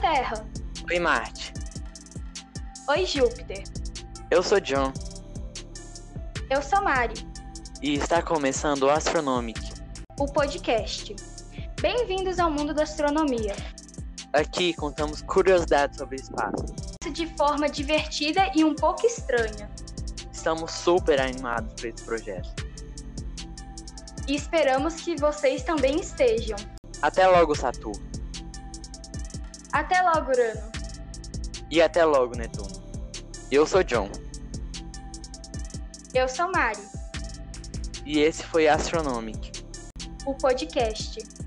Terra. Oi, Marte. Oi, Júpiter. Eu sou John Eu sou Mari, e está começando o Astronomic. o podcast. Bem-vindos ao mundo da astronomia. Aqui contamos curiosidades sobre o espaço. De forma divertida e um pouco estranha. Estamos super animados por esse projeto. E esperamos que vocês também estejam. Até logo, Saturno. Até logo, Urano. E até logo, Netuno. Eu sou John Eu sou Mari, e esse foi Astronomic. o podcast.